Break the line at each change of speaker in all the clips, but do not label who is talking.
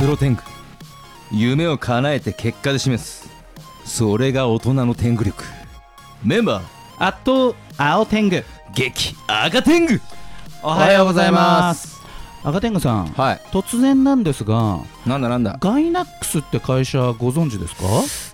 プロテング夢を叶えて結果で示すそれが大人の天狗力メンバー
アット青天狗
激赤天狗
お
はようございます
赤天狗さん、
はい
突然なんですが
なんだなんだ
ガイナックスって会社ご存知ですか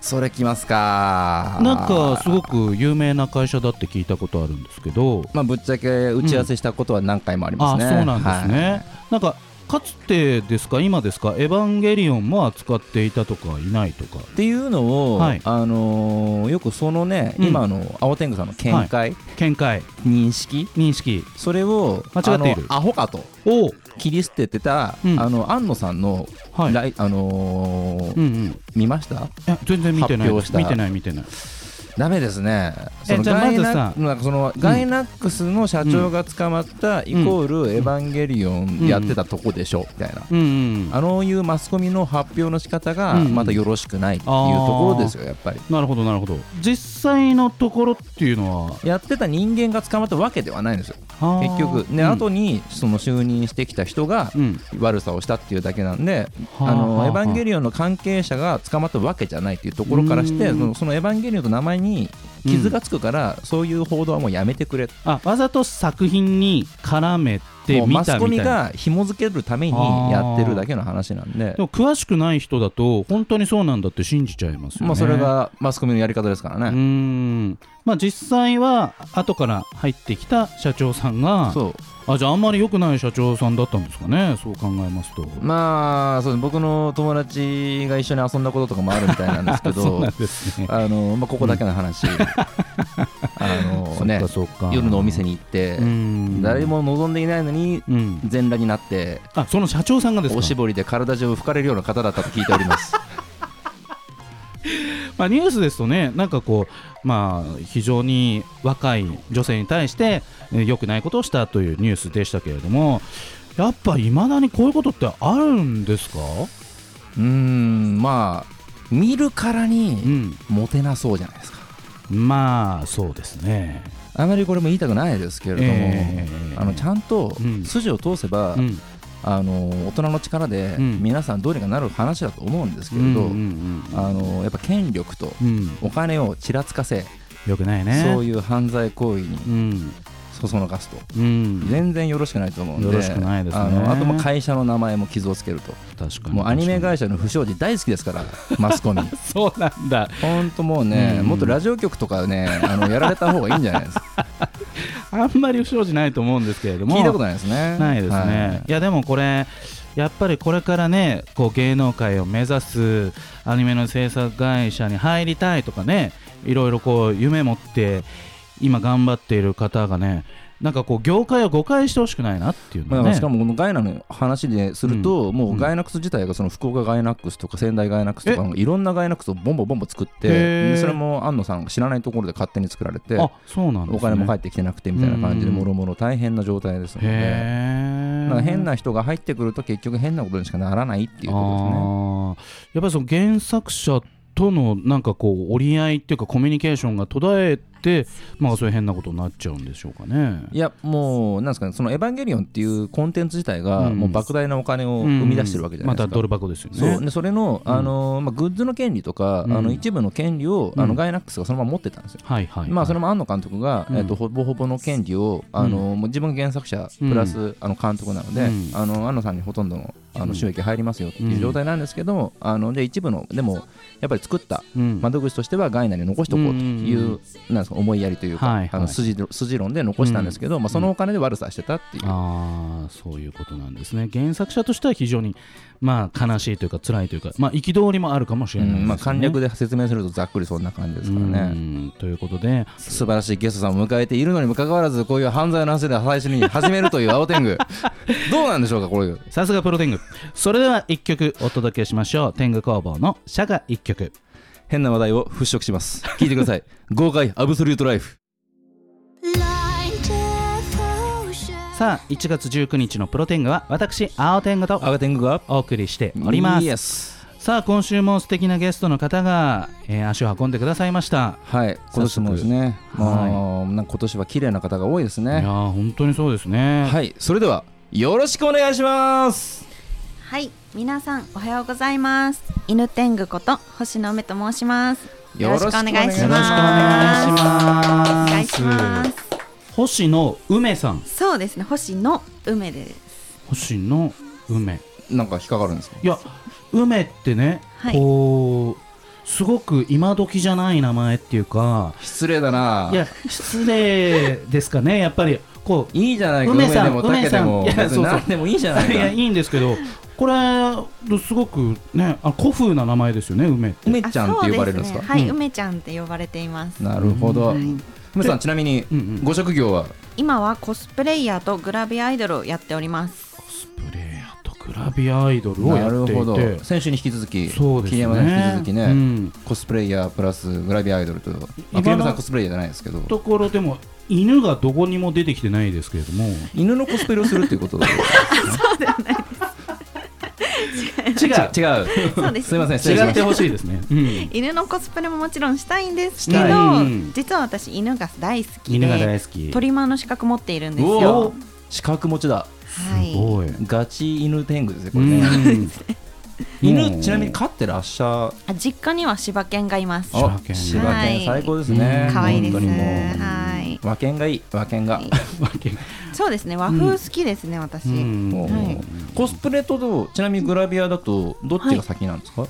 それきますか
なんかすごく有名な会社だって聞いたことあるんですけど
まあぶっちゃけ打ち合わせしたことは何回もあり
あ
ますね、
そうなんですね、
はい
なんかかつてですか今ですかエヴァンゲリオンも扱っていたとかいないとか
っていうのを、
はい
あのーよくそのね、
うん
今の青天狗さんの見解、
見解
認識
認識
それを
間違っている
あのアホかと
を
切り捨ててた、
うん
あの安野さんの、
はい
ライあのー
うんうんい
見ました
や全然見てな
発
いで
表し
す
た
見てない見てない
ダメですね
えじゃあ
ガイナ
まずさ
なんかそのガイナックスの社長が捕まった、イコールエヴァンゲリオンやってたとこでしょ、みたいな
うんうん
あのいうマスコミの発表の仕方が
うん
またよろしくないっていうところですよやっぱり
なるほどなるほど実際のところっていうのは
やってた人間が捕まったわけではないんですよ
あー
結局ね、
うん
後にその就任してきた人が
うん
悪さをしたっていうだけなんで、
はあ
あの
はあ
エヴァンゲリオンの関係者が捕まったわけじゃないっていうところからして、
うん
そのそのエヴァンゲリオンの名前に傷がつくから、そういう報道はもうやめてくれ、
あわざと作品に絡めて
もう
見
マス
た
コ
み
ミ
たいな
が紐付けるためにやってるだけの話なんで
で。も詳しくない人だと本当にそうなんだって信じちゃいますよね。
まあ、それがマスコミのやり方ですから
うー
ね、
んまあ実際は後から入ってきた社長さんが
そう
あじゃああんまり良くない社長さんだったんですかねそう考えますと、
まあそうです僕の友達が一緒に遊んだこととかもあるみたいなんですけ
そう
ど
なんですね
あの、まあ、ここだけの話、 あのね
そうかそうか
夜のお店
に
に行って、誰
誰、
も望んでいないのに
うん、
全裸になって
あその社長さんがですか
おしぼりで体中を拭かれるような方だったと聞いております
まあ、ニュースですとね、なんかこう、まあ、非常に若い女性に対して、えー良くないことをしたというニュースでしたけれども、やっぱいまだにこういうことってあるんですか、
うーんまあ見るから
う
に
ん、
モテなそうじゃないですか
まあ、そうですね。
あまりこれも言いたくないですけれども、
えー
あのちゃんと
うん
筋を通せば、
うん
あの大人の力で
うん
皆さんどうにかなる話だと思うんですけ
うんう
れ
ん
ど、
うん
あのやっぱ権力と
うん、
お金をちらつかせ、
よくないね。
そういう犯罪行為に
うん
そそのかすと
うん、
全然よろしくないと思うんで
よろしくないですね
あのあともう会社の名前も傷をつけると
確かに
もうアニメ
が
会社の不祥事大好きですから、マスコミ。
そうなんだ
本当もうね、
うん
もっとラジオ局とかね、あのやられた方がいいんじゃないですか。
あんまり不祥事ないと思うんですけれども
聞いたことないですね。
ないですね、、
はい
やでもこれやっぱりこれからねこう芸能界を目指すアニメの制作会社に入りたいとかねいろいろこう夢持って今頑張っている方がねなんかこう業界を誤解してほしくないなっていうの
ま
は
あ
ね、
しかもこのガイナの話ですると、
うん
もうガイナックス自体がその福岡ガイナックスとか仙台ガイナックスとかいろんなガイナックスをボンボンボンボン作って
へー
でそれも安野さんが知らないところで勝手に作られて
あそうなんです、ね、
お金も返
っ
ってきてなくてみたいな感じで
うん
もろもろ大変な状態ですの
へ
で
え
だから変な人が入ってくると結局変なことにしかならないっていうことですね。
あーやっぱりその原作者とのなんかこう折り合いっていうかコミュニケーションが途絶えてまあそういう変なことになっちゃうんでしょうかね。
いやもうなんですかねその「エヴァンゲリオン」っていうコンテンツ自体が
うん
もう莫大なお金を生み出してるわけじゃないで
う
す
んまた
か
ド。ル箱ですよね。
そうでそれの、
うん
あのーまあ、グッズの権利とか、
うん
あの一部の権利を、
うん
あのガイナックスがそのまま持ってたんですよ。
はいはいはい。
まあ、それも庵野監督が、
うん
えっとほぼほぼの権利を、あのーもう自分が原作者プラス、あの監督なので、
うん
あの庵野さんにほとんどのあ
う
の
ん
収益入りますよっていううん状態なんですけども、あので一部のでもやっぱり作った
うん、
窓口としてはガイナに残しておこうという、
うん
なんですか思いやりというか、
はいはい
あの筋筋論で残したんですけど、まあ、そのお金で悪さしてたっていう。
ああそういうことなんですね。原作者としては非常にまあ悲しいというか辛いというかまあ憤りもあるかもし
う
れないです、ね
んまあ、簡略で説明するとざっくりそんな感じですからね。
うんということで
素晴らしいゲストさんを迎えているのにもかかわらずこういう犯罪の話で最初に始めるという青天 狗どうなんでしょうかこれ
さすがプロ天狗それでは一曲お届けしましょう天狗工房の「社が一曲」
変な話題を払拭し ます聞いてください豪快アブソリュートライフ
Blind devotion.
さあ1月19日のプロ天狗は私青天狗と
赤天狗が
お送りしております
イエス
さあ今週も素敵なゲストの方が、えー足を運んでくださいました
はい今年もですね
早速
もうなんか今年は綺麗な方が多いです
いや
ね
ー本当にそうですね、
はいそれではよろしくお願いします
はい、皆さんおはようございます。犬天狗こと星野梅と申します。よろしくお願いします
よろしくお願いし
お願
ま
い
す
します。
星野梅さん
そうですね、星野梅です。
星野梅
なんか引っかかるんですか
いや梅ってね、
はい
こうすごく今時じゃない名前っていうか
失礼だない
や失礼ですかねやっぱりこう
いいじゃないか
梅
梅
さん
でも竹でも
梅さんいや
別
そうそう
に何でもいいじゃない
いや
か
いいんですけどこれすごくねあ古風な名前ですよね梅って
梅ちゃんって呼ばれるんです
あ
か
そうねはい、
うん
梅ちゃんって呼ばれています。
なるほど
はい
梅さんちなみに
うんうん
ご職業は
今はコスプレイヤーとグラビアアイドルをやっております。
コスプレイヤーとグラビアアイドルを
な
や
る
ってい
ほど
て
先週に引き続き
そうですね
桐山さんに引き続き
う
ね
ん、
コスプレイヤープラスグラビアアイドルとま
今
あ
の
桐山さんコスプレイヤーじゃないですけど
ところでも犬がどこにも出てきてないですけれども
犬のコスプレをするっていうこと違う
違う
そうです
すいません失礼し
違
ま
っ
してた
ほしいですね、 うん、
犬のコスプレももちろんしたいんですけ
したい
ど
うん、
実は私犬が大好き
犬が大
で、
好き
トリマーの資格持っているんです
う
よ
お。資格持ちだ
は
すごい、
ガチ犬天狗ですねこ
う
れね
ん、
犬ちなみに飼ってらっしゃ
あ実家には柴犬がいます。
あ
あ
柴犬
柴犬最高ですね
うん
可愛いです。
本当にもう
はい。
和犬がいい和犬が
わけが
そうですね。和風好きですね、私。
うん
もう
はい
コスプレとどうちなみにグラビアだとどっちが先なんですか、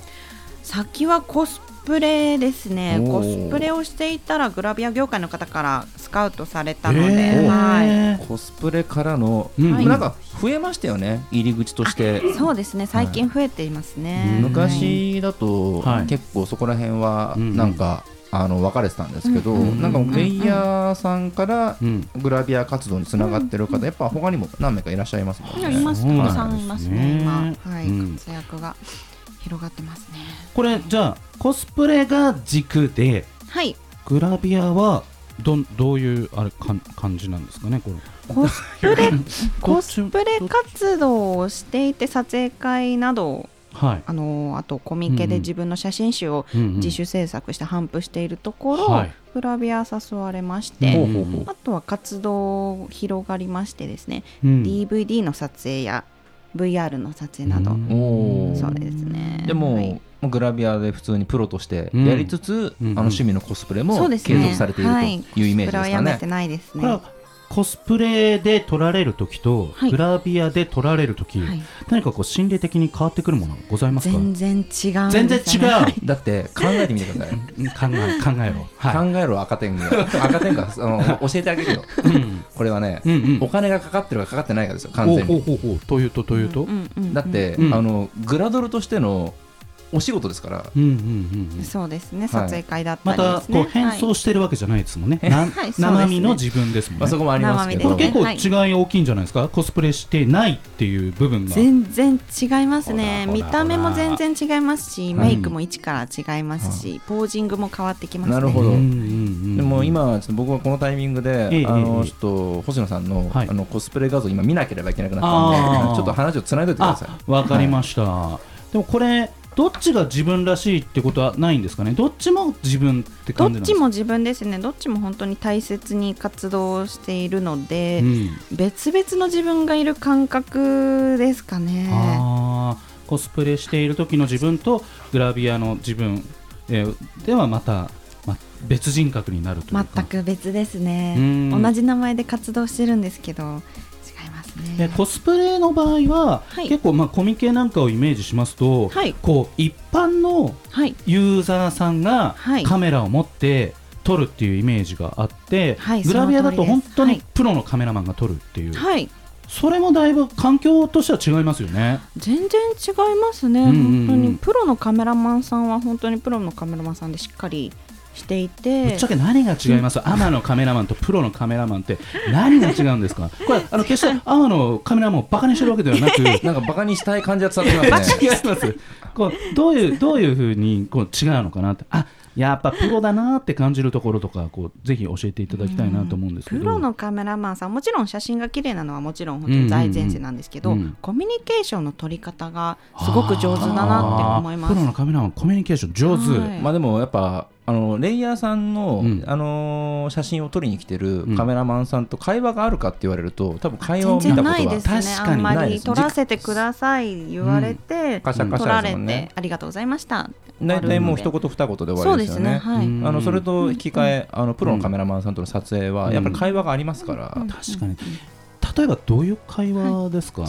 先はコスプレですね
お。ー
コスプレをしていたらグラビア業界の方からスカウトされたので、
えー
は
コスプレからの、
うん
でもなんか増えましたよね入り口として
い。そうですね。最近増えていますね。はい
昔だと、
はい
結構そこら辺は
うんうん
なんか、あの分かれてたんですけど、
うんうん
なんかもうレイヤーさんから
うん
グラビア活動につながってる方、やっぱ他にも何名かいらっしゃいますもん
い
ね。
やいます。
そう
た
なん
く
ですね
さんいますね。今、はい、
うん
活躍が広がってますね。
これじゃあコスプレが軸で
はい。
グラビアはどんどういうあれかん感じなんですかねこれ
コスプ レコスプレ
どっち
活動をしていて撮影会などを
はい
あのあとコミケで自分の写真集を
うんうん
自主制作して頒布しているところ、
はい
グラビア誘われまし
ほ
て、
うほうほう
あとは活動広がりましてですね、
うん
DVD の撮影や VR の撮影など、
うん
おー
そうですね
でも、
はい
もうグラビアで普通にプロとしてやりつつ、
うん
あの趣味のコスプレ
そ
も
うですね
継続されているというイメージ
これ
で
は
す
や
か
め
ね
て。ないです
こ
ね
れはコスプレで撮られる時と、
はい
グラビアで撮られる時、
はい
何かこう心理的に変わってくるものはございますか
全然違うんですよね
全然違う、
だって考えてみてください。
うん考え考えろ は
考えろ赤天狗 赤天狗はあの教えてあげるよ
い、うん
これはね、
うんうん
お金がかかってるかかかってないかですよ完
ほう
全
ほう
に
ほうほうというとというと、
うんうんうん
だって、
うん
あのグラドルとしてのお仕事ですから
うんうんうんうん
そうですね
い
撮影会だった
ま
りで
た
すね、
こう変装してるわけじゃないですもんね、な
はい
生身の自分ですもん
ま
ね、
あそこもありますけど
これ
生身で
結
ね
構違い大きいんじゃないですか、コスプレしてないっていう部分が
全然違いますね
ほらほら
見た目も全然違いますし
はい
メイクも一から違いますし、ポージングも変わってきますね
なるほ
う
ど
んうんうん
でも今ちょっと僕はこのタイミングで、
ええ
あ
え
の
え
ちょっと星野さんの,、
はい
あのコスプレ画像今見なければいけなくなったん
あー
でちょっと話をつないでおいてください
あわかりました、でもこれどっちが自分らしいってことはないんですかねどっちも自分って
ど
感じ
っ
なんで
ち
すか
も自分ですねどっちも本当に大切に活動しているので、
うん
別々の自分がいる感覚ですかね
あーコスプレしている時の自分とグラビアの自分、えーではまた、ま、別人格になるというか
全く別です
う
ね
ん
同じ名前で活動してるんですけど違います
え
ね
コスプレの場合は、
はい
結構まあコミケなんかをイメージしますと、
はい
こう一般の
はい
ユーザーさんが
はい
カメラを持って撮るっていうイメージがあって、
はい
グラビアだと
その通
本
りです
当
は
に
い
プロのカメラマンが撮るっていう、
はい
それもだいぶ環境としては違いますよね。
全然違いますね、
うんうんうん
本当にプロのカメラマンさんは本当にプロのカメラマンさんでしっかりしてい
ぶ
て
っちゃけ何が違います、アマのカメラマンとプロのカメラマンって 何が違うんですかこれあの決してアマのカメラマンをバカにしてるわけではなく違い
なんかバカにしたい感じは伝わってき
ま
ますね
すこうどういうどういうふうにこう違うのかなってあやっぱプロだなって感じるところとかこうぜひ教えていただきたいなと思うんですけど、
プロのカメラマンさんもちろん写真が綺麗なのはもちろん本当に大前世なんですけど、
うんうんうん
コミュニケーションの取り方がすごく上手だなって思いま
あープロ
す
のカメラマンコミュニケーション上手、
はい
まあでもやっぱあのレイヤーさんの、
うん
あのー写真を撮りに来てる
うん
カメラマンさんと会話があるかって言われると多分会話を
全
見たこと
然
が
ないですね
確
あ
か
ん
に
ま
ないで
り
す
撮らせてください言われて、
カシャカシ
撮ら
ャで
れ
す
て、
もんね
ありがとうございました
大体もう一言二言で終
そ
わ
う
りで
で
す
す
よ
ね
ね
はい、
うん
あのそれと引き換えあのプロのカメラマンさんとの撮影
う
は
ん
やっぱり会話がありますから、
確かに例えばどういう会話ですか、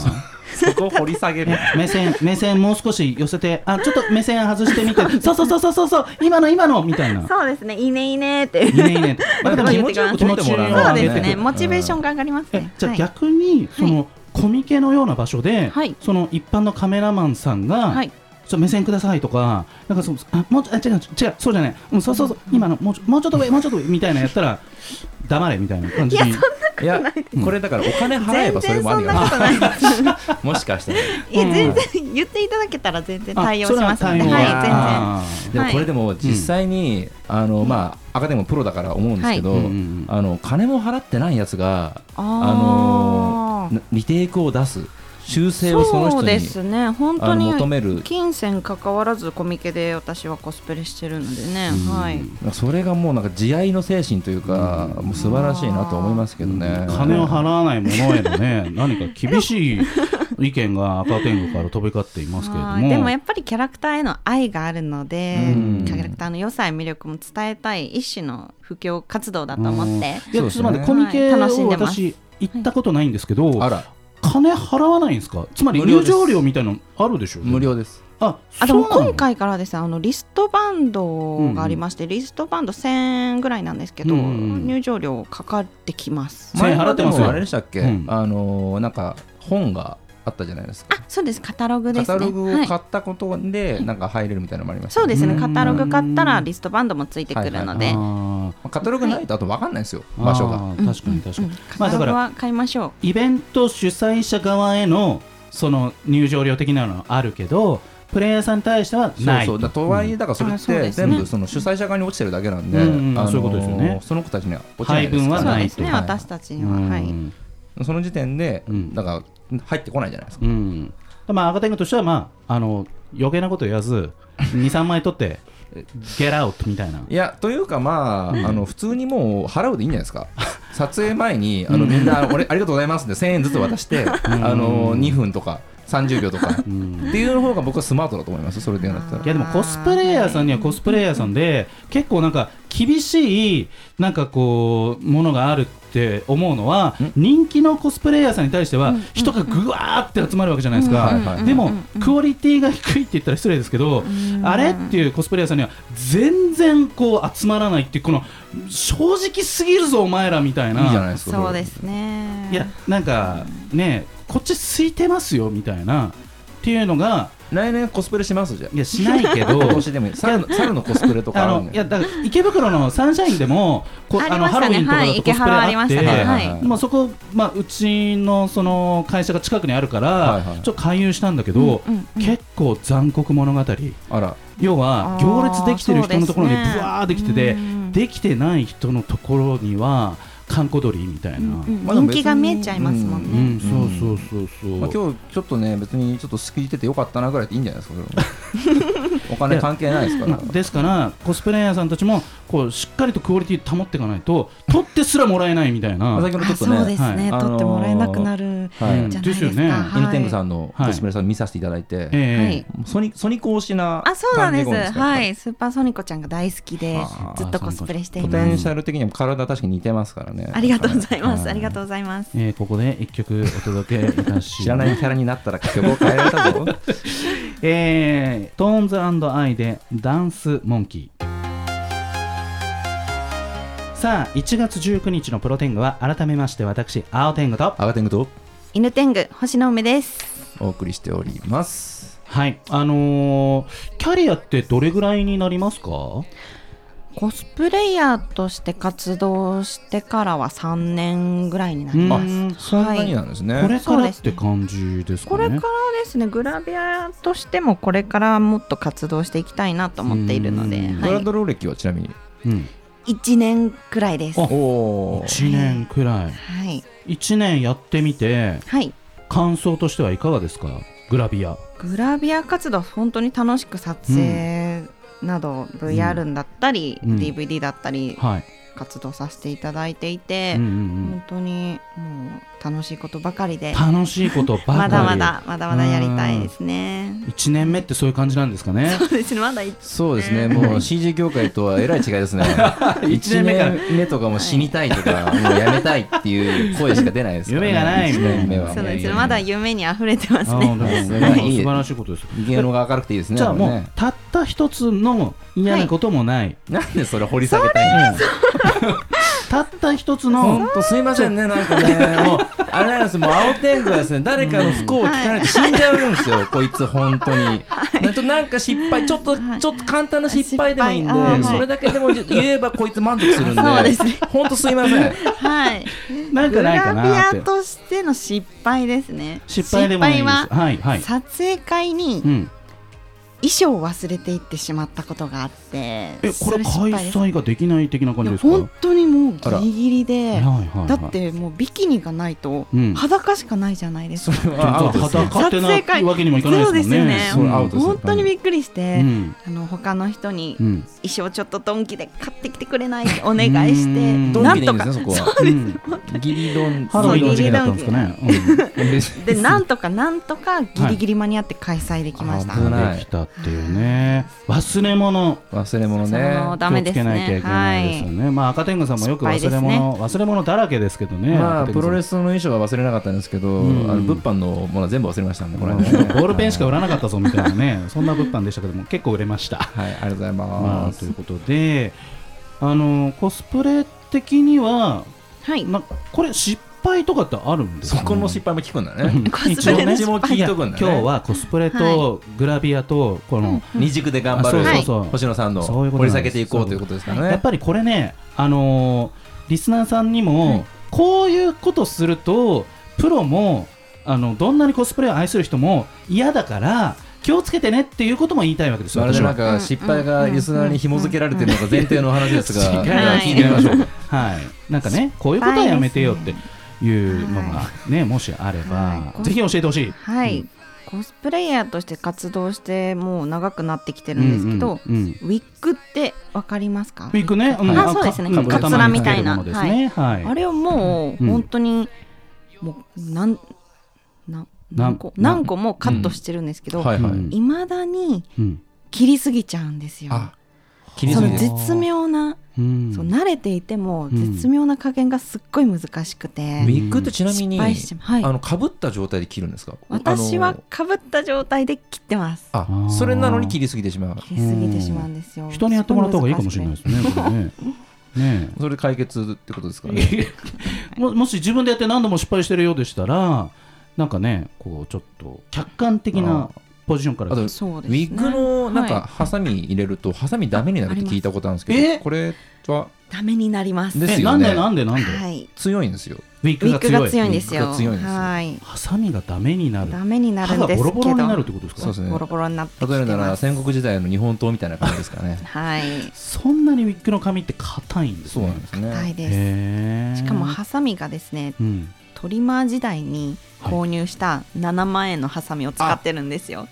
そこを掘り下 げる
え目線目線もう少し寄せてあちょっと目線外してみて そうそうそうそうそうそう今の今のみたいな
そうですねいいねいいねっていう
いいねいいね
まあでも気持ちよく撮ってもらうの
そう
は
ですね
ね
モチベーションが上がります
え
ね
じゃあ
はい、
逆にその、コミケのような場所で、
はい
その一般のカメラマンさんが、
はい
ちょ目線くださいとか、なんかそのあもうちょあ違う違う違うそうじゃない、うんそうそうそう今のもうちょもうちょっと上もうちょっと上みたいなやったら黙れみたいな感じに。
いやこれだからお金払え
全
ばそれ
然
もある
そん
よ
なことないです
もしかしたら
いや全然言っていただけたら全然
あ
対応しますので
それ
は
対
い
応
全然
あー
でもこれでも実際に、あのまあ赤でもプロだから思うんですけど、
はいうんうんうん
あの金も払ってないやつが
あ
あの
ー
ーリテイクを出す修正をその人
そう
に
ですね本当
あの
に
求める
金銭関わらずコミケで私はコスプレしてるのでね、
うん
はい
それがもうなんか慈愛の精神というか、もう素晴らしいなと思いますけどね、
金を払わないものへのね何か厳しい意見が赤天狗から飛び交っていますけれど
はい
も
でもやっぱりキャラクターへの愛があるので、
うん
キャラクターの良さや魅力も伝えたい一種の布教活動だと思って、
いやちょっと待ってコミケ
はい楽しん
を
でます
私行ったことないんですけど、
あら
金払わないんですかつまり
無料
入
です
場料みたいなのあるでしょ
無料です
あ
あでも
そうなの
今回からですねあのリストバンドがありまして、リストバンド1000円ぐらいなんですけど、
うんうんうん
入場料かかってきます、
千円払ってます
前は
よ
でもあれでしたっけ、
うん
あのーなんか本があったじゃないですか
あそうですカタログです
カ
ね
タログを買
はい
ったことでなんか入れるみたいなのもありました
そうです
う
ね
ん
カタログ買ったらリストバンドもついてくるので、
はい
あ
まあカタログないとあと分かんないですよ、
ー
場所が
あー確かに確かに、
うん
まあ
カタ
だか
ログ
ら
は買いましょう
イベント主催者側へのその入場料的なのはあるけどプレイヤーさんに対してはない
そうそうだとはいえだからそれ
あ
っ
そう
て
ですね
全部その主催者側に落ちてるだけなんで、
うんうん
あのー
そういうことですよね
その子たちには落ちないです
配分は
そう
ない
ですね、
と
私たちには、
うん
はい
その時点で、
うん
だから入ってこないじゃないですか、
うんまあ、赤天狗としては、まあ、あの余計なこと言 わず23枚取ってゲラウトみたいない
やというかまあ,、あの普通にもう払うでいいんじゃないです か撮影前にあのみんな俺ありがとうございますって1000円ずつ渡して、あの2分とか30秒とか、っていう方が僕はスマートだと思いますそれでやるんだったら
いやでもコスプレイヤーさんにはコスプレイヤーさんで結構なんか厳しいなんかこうものがあるって思うのは人気のコスプレイヤーさんに対しては人がぐわーって集まるわけじゃないです
うんはい
か
はい
でもクオリティが低いって言ったら失礼ですけどあれっていうコスプレイヤーさんには全然こう集まらないっていうこの正直すぎるぞお前らみたいない
いじゃないですか
そうですすね
いやなんかねこっち空いてますよみたいなっていうのが
来年コスプレしますじゃん
いやしない けど
今年でもいい猿の猿のコスプレとか
あ
ある
のいやだから池袋のサンシャインでもこ
あ
あ
り
の
まし
ハロ
た
ウィ
ね
ンとかだとコスプレ
はい池原あり
あっ
ましてたね
はい
はい、
はい
まあ、そこ、まあ、うちのその会社が近くにあるから、
はいはい
ちょっと勧誘したんだけど、
うんうん
結構残酷物語
あら
要は
あー
行列できてる人のところに
そうですね
ぶわーできてて、
うん
できてない人のところには観光鳥みたいな、うん
うん
まあでも
人
別に
気が見えちゃいますもんね、
そうそうそうそう、
まあ、今日ちょっとね別にちょっと好きててよかったなぐらいでいいんじゃないですかそれ もお金関係ないですから
ですからコスプレイヤーさんたちもこうしっかりとクオリティ保っていかないと取ってすらもらえないみたいな
まあ先ほどちょ
あ
っと
そう
ね
ですね、
はい
取ってもらえなくなる
は
う
い
ん
じゃない
で
ですす
よ
か、
ね
はい
イヌテングさんのコスプレさん見させていただいて、
ええ
はい
ソニソニコ推しな
あそうなんで
感じ
す
ごめんなさ
はいいスーパーソニコちゃんが大好きで
あー
ずっとコスプレしてい
ポ
ま
テ
す
ンシャル的にも体確かに似てますからね
ありがとうございます、
は
ありがとうございます
えーここで一曲お届けいたします
知らないキャラになったら曲を変えら れたぞ
えー、トーンズアイでダンスモンキーさあ1月19日のプロテングは改めまして私青天狗と
アガテングと
犬天狗星の梅です
お送りしております
はいあのー、キャリアってどれぐらいになりますか
コスプレイヤーとして活動してからは3年ぐらいにな
う
り
ー
ます、
ん
そんなになんですね、
これか
そう
ら
で
っ
す
て
ね
感じですか
こ
ね
れからですねグラビアとしてもこれからもっと活動していきたいなと思っているので、
うん
ドラ
は
ドロ歴はちなみに
うん、
い、1年くらいです
あ
は
おー
1年くら
い、
い1年やってみて
はい、
感想としてはいかがですかグラビア
グラビア活動は本当に楽しく撮影など VR だったり、
うん
DVD だったり
はい
活動させていただいていて、
うんうんうん
本当にもう楽しいことばかりで
楽しいことばかり
まだまだまだまだやりたいですね。
1年目ってそういう感じなんですかね
そうですねまだい
そうですね、もう CG 業界とはえらい違いですね。一年目目とかも死にたいとか、もうやめたいっていう声しか出ないですからね。
夢がない
一年目は。
そうですねまだ夢に溢れてます ね。
あー
ね
でも
いい
素晴らしいことです
芸能が明るくていいですね。
じゃあも
な
うん
かね
たった一つの嫌なこともない、
なんでそれ掘り下げたいの。
たった一つ
本
の
当すいませんね、なんかね、もう、あれなんですよ、もう青天狗はですね、誰かの不幸を聞かないと死んじゃうんですよ、こいつ、本当に。なんとなんか失敗、ちょっと、
はい
ちょっと簡単な失敗でもいいんで、
失敗あーはい
それだけでも言えばこいつ満足するんで、
そうですね
本当すいません。
はい。
なん
グ
かないか
ラビ
なっ
ア
て
としての失敗ですね。
失敗でもないです
失敗は
はいはい、
撮影会に
うん、
衣装を忘れていってしまったことがあって、
えこれ開
そ失敗です
催ができない的な感じ
いや
ですか
本当にもうギリギリ
はい
で、
はいはい
だってもうビキニがないと
うん
裸しかないじゃないですか。
あ
ちょっと裸ってなわけにもいかないで
そ
すもんね
撮影会
うですよねアウトです
本当にびっくりし
う
て、
ん
あの他の人に
うんうん
衣装ちょっとドンキで買ってきてくれないってお願いし
う
て
ん、
ド
な
ンキ
ん
でいい
と
んです
か
ね、そこは。
うん
ギリドン、
ハロウィンの時期だったんですかね、うん
でなんとかなんとかギリギリ間に合って開催できました。
はい危ない
できたっていうね忘れ物
忘れ物ね。
忘れ物ダメですね
気をつけなきゃいけないですよね、まあ赤天狗さんもよく忘
失
れ
敗
物、
ですね
忘れ物だらけですけどね、
まあ、
赤天
プ
狗さ
ロ
ん
レスの衣装は忘れなかったんですけど、
ん
あの物販のものは全部忘れましたんで、これ、
ボ
ね。
ールペンしか売らなかったぞみたいなね、そんな物販でしたけども、結構売れました。
はい、ありがとうござい
ま
ま
あ、
す
とい。うことで、あのコスプレ的には、
はい。
なこれ、失敗とかってあるんです
そ
か、
この失敗も聞くんだね。
コ
スプレの
失敗
いや今日はコスプレとグラビアと、この、
二軸で頑張
あ
る
そうそうそう
星野さんの
そういうこと
掘
な
り
んです
下げていこうということですから
やっ
ね。
ぱりこれね、あのーリスナーさんにも、こういうことするとプロもあのどんなにコスプレを愛する人も嫌だから気をつけてねっていうことも言いたいわけですよ。
まるで
私は
なんか失敗がリスナーに紐付けられてるのが前提の話ですが、
違う
じゃあ聞いてみましょう。
はい、なんかね、こういうことはやめてよっていうのが、ね、もしあれば
は、い
ぜひ教えてほしい。
はい、コスプレイヤーとして活動してもう長くなってきてるんですけど、
うんうんうん
ウィッグってわかりますか
ウィークね、ん
あそうですね
か
か
つらみたいな
頭につけるものですねはい
あれをもう
うん
本当に、もうなんな
なん
何個何個もカットしてるんですけど、
はいは
う
い。
ん
いまだに
うん
切りすぎちゃうんですよ。
あ、切り
そ
すぎ
の
です。
絶妙な、
うん
そう慣れていても
ん
絶妙な加減がすっごい難しく
ウ
て、
ィッグってちなみに、
失敗してもはい
あの被った状態で切るんですか。
私
あ
は
の
かぶった状態で切ってます。
あ
ー
それなのに切りすぎてしまう。
切りすぎてしまうんですよ。
人にやってもらった方がいいかもしれないですね。これ ねね
それで解決ってことですかね。
え ももし自分でやって何度も失敗してるようでしたら、なんかね、こうちょっと客観的なポジションか
あと
ら。
そうです
ウ
ね。
ィッグのなん
は
かハサミ入れるとハサミダメになるって聞いたことあるんです
ああり
け
ます
ど、これは
ダメになります。
で
え
すよ
なん
ね
でなんでなんで。
はい。
強いんですよ。
ウィッ
ウ
グ
ィ
が
ッグが強
強
い
い。
んです
ウィッ
よ。
グが強いんですよ
はい。
ハサミがダメになる。
ダメになる
歯
ん
が
ですけ
ボ
ど。
ロボロになるってことで
そ
す
う
か
ですね
ボロボロになってきて
例えるな
ま
ら
す。
戦国時代の日本刀みたいな感じですかね
はい。
そんなにウィッグの髪って硬いんです
そう
ね
なんですね。
はいです。
へえ
しかもハサミがですね、
うん
トリマー時代に購入した7万円のハサミを使ってるんですよ。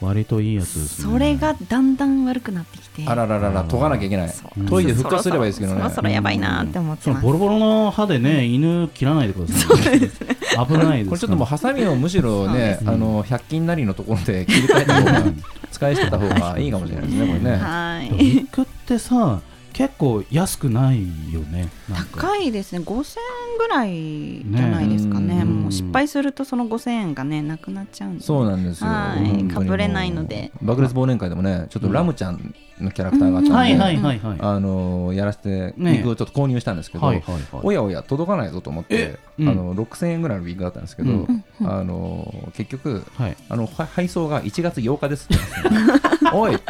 割といいやつですね
それがだんだん悪くなってきて、
あらららら、研がなきゃいけない
そ。
研いで復活すればいいですけどね。
そろそろやばいなって思って
その
ま
ボロボロの歯でね犬切らないでくださいそうですね危ないです
これちょっともうハサミをむしろ
そうで
ね、あの100均なりのところで切り替えた方が使い捨てた方がいいかもしれないですね、これね。
は
ウ
い。
ィッグってさ結構安くないよねなんか
高いですね。5000円ぐらいじゃないですかね。
ね
うん
もう失敗するとその5000円がねなくなっちゃうんで。
そうなんですよ。
はい
本当にもう
被れないので。
爆裂忘年会でもね、ちょっとラムちゃんのキャラクターがあったんで、
はいはいはいはい
あのやらせて、ウ
ね
ィッグをちょっと購入したんですけど、
はいはいはい
おやおや、届かないぞと思って、
うん
あの6000円ぐらいのウィッグだったんですけど、
うん
あの結局、
はい
あのは配送が1月8日ですって言うんです よおいって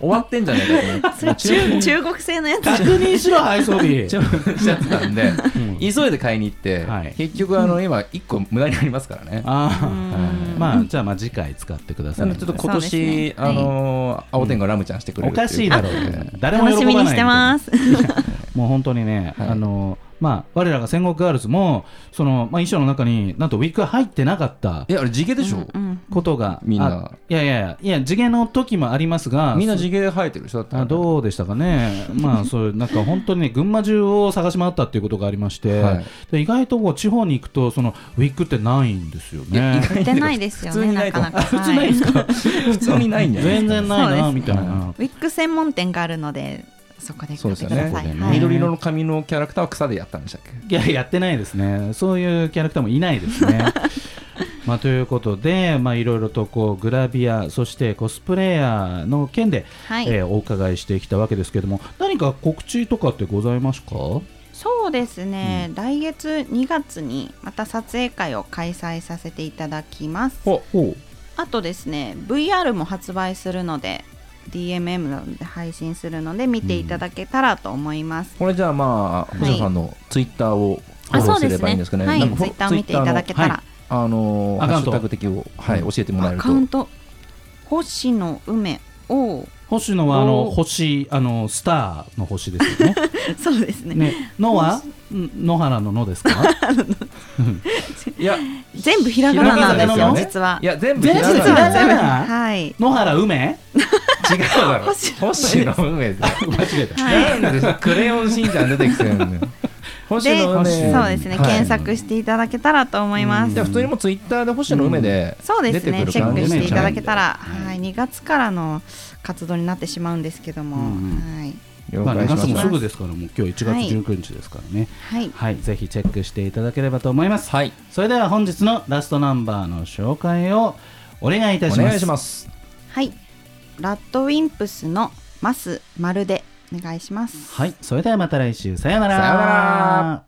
終わってんじゃねえかと思って注
中
文
中 国製のやつ。
確認しろ配送 日
注文しちゃってたんで、
うん
急いで買いに行って、
はい
結局あの今1個無駄になりますからね。
あ
は
あまあじゃあまあ次回使ってく
い
だ
な
さい
のでちょっと今
そう
年、
ですね
あの青天狗ラムちゃんしてくれる
おかしいだろう
ってうことで
誰も
楽し
喜ば
み
ない
にしてます。
もう本当にね、
はい
あのまあ、我らが戦国ガールズもその、まあ、衣装の中になんとウィッグが入ってなかった
えあれ地毛でしょ、
うん
ことが
みんな
あいやいやいやいや地毛の時もありますが
みんな地毛生えてる人だった
あどうでしたかね、 まあ、そういうなんか本当にね、群馬中を探し回ったっていうことがありまして、
はい
で意外とこう地方に行くと、そのウィッグってないんですよね。
売ってないですよ
普通
ね
にな
ない
と
かなか
普通ないん ですか、
普通にないんじゃない
全然ない
そ
な
う
みた
で
いな。
ウィッグ専門店があるのでそこで
そう
買っ
です
て
よ
く
ね
ださ
そ
い、は
うだよね
い、
緑色の髪のキャラクターは草でやったんでしたっけ
いや、やってないですね。そういうキャラクターもいないで すね。まあ、ということで、まあ、いろいろとこうグラビア、そしてコスプレイヤーの件で、
はい
えーお伺いしてきたわけですけども、何か告知とかってございますか
そうですね、来月2月にまた撮影会を開催させていただきます
おお
あとですね VR も発売するので DMM などで配信するので見ていただけたらと思います、
これじゃあまあ
い
星野さんのツイッターをフォ
あ
ロー
そう
す
で
れ
す
ばいいん
ね
ですかね
はい
なんか
ツ
フ
イ
ォ
ッターを見ていただけたら、
あのー
ア
ハッ
カウン
シ
ト
ュタグ的を、はい、教えてもらえ
ア
る
カ
と
ウント星野梅を
星野はあの
お
星あのスターの星ですよね。
そうですね
ね、のはん野原の野です か？
いや
全部ひらがななんで
ひら
す
がな
よ
ですよね
実はい
や全部
全部
ひら
ひ
が
ら
な
がな
はい
野原梅？
違うだろ
星
星野梅です
間違え た。
はい
なんでしょクレヨンしんちゃん出てきてるんだよ星
で、
野
そう
梅
ですね、
はい
検索していただけたらと思います。
じゃあ普通にもうツイッターで星野梅で、
そうですね、
出
チ
て
ェ
くる
ッ
感じ
ク
ね
していただけたら、
ちゃんとね
はい、2月からの活動になってしまうんですけども、
うん
はい、
了
まあ
解
2
しま
月
し
も
た
すぐですから、もう今日1月19日ですからね。
はい、
はい、ぜひチェックしていただければと思います。
はい
それでは本日のラストナンバーの紹介をお願いいた
お
します。
願いします
はい、ラッドウィンプスのマスまるでお願いします。
はい、それではまた来週さようなら。
さようなら。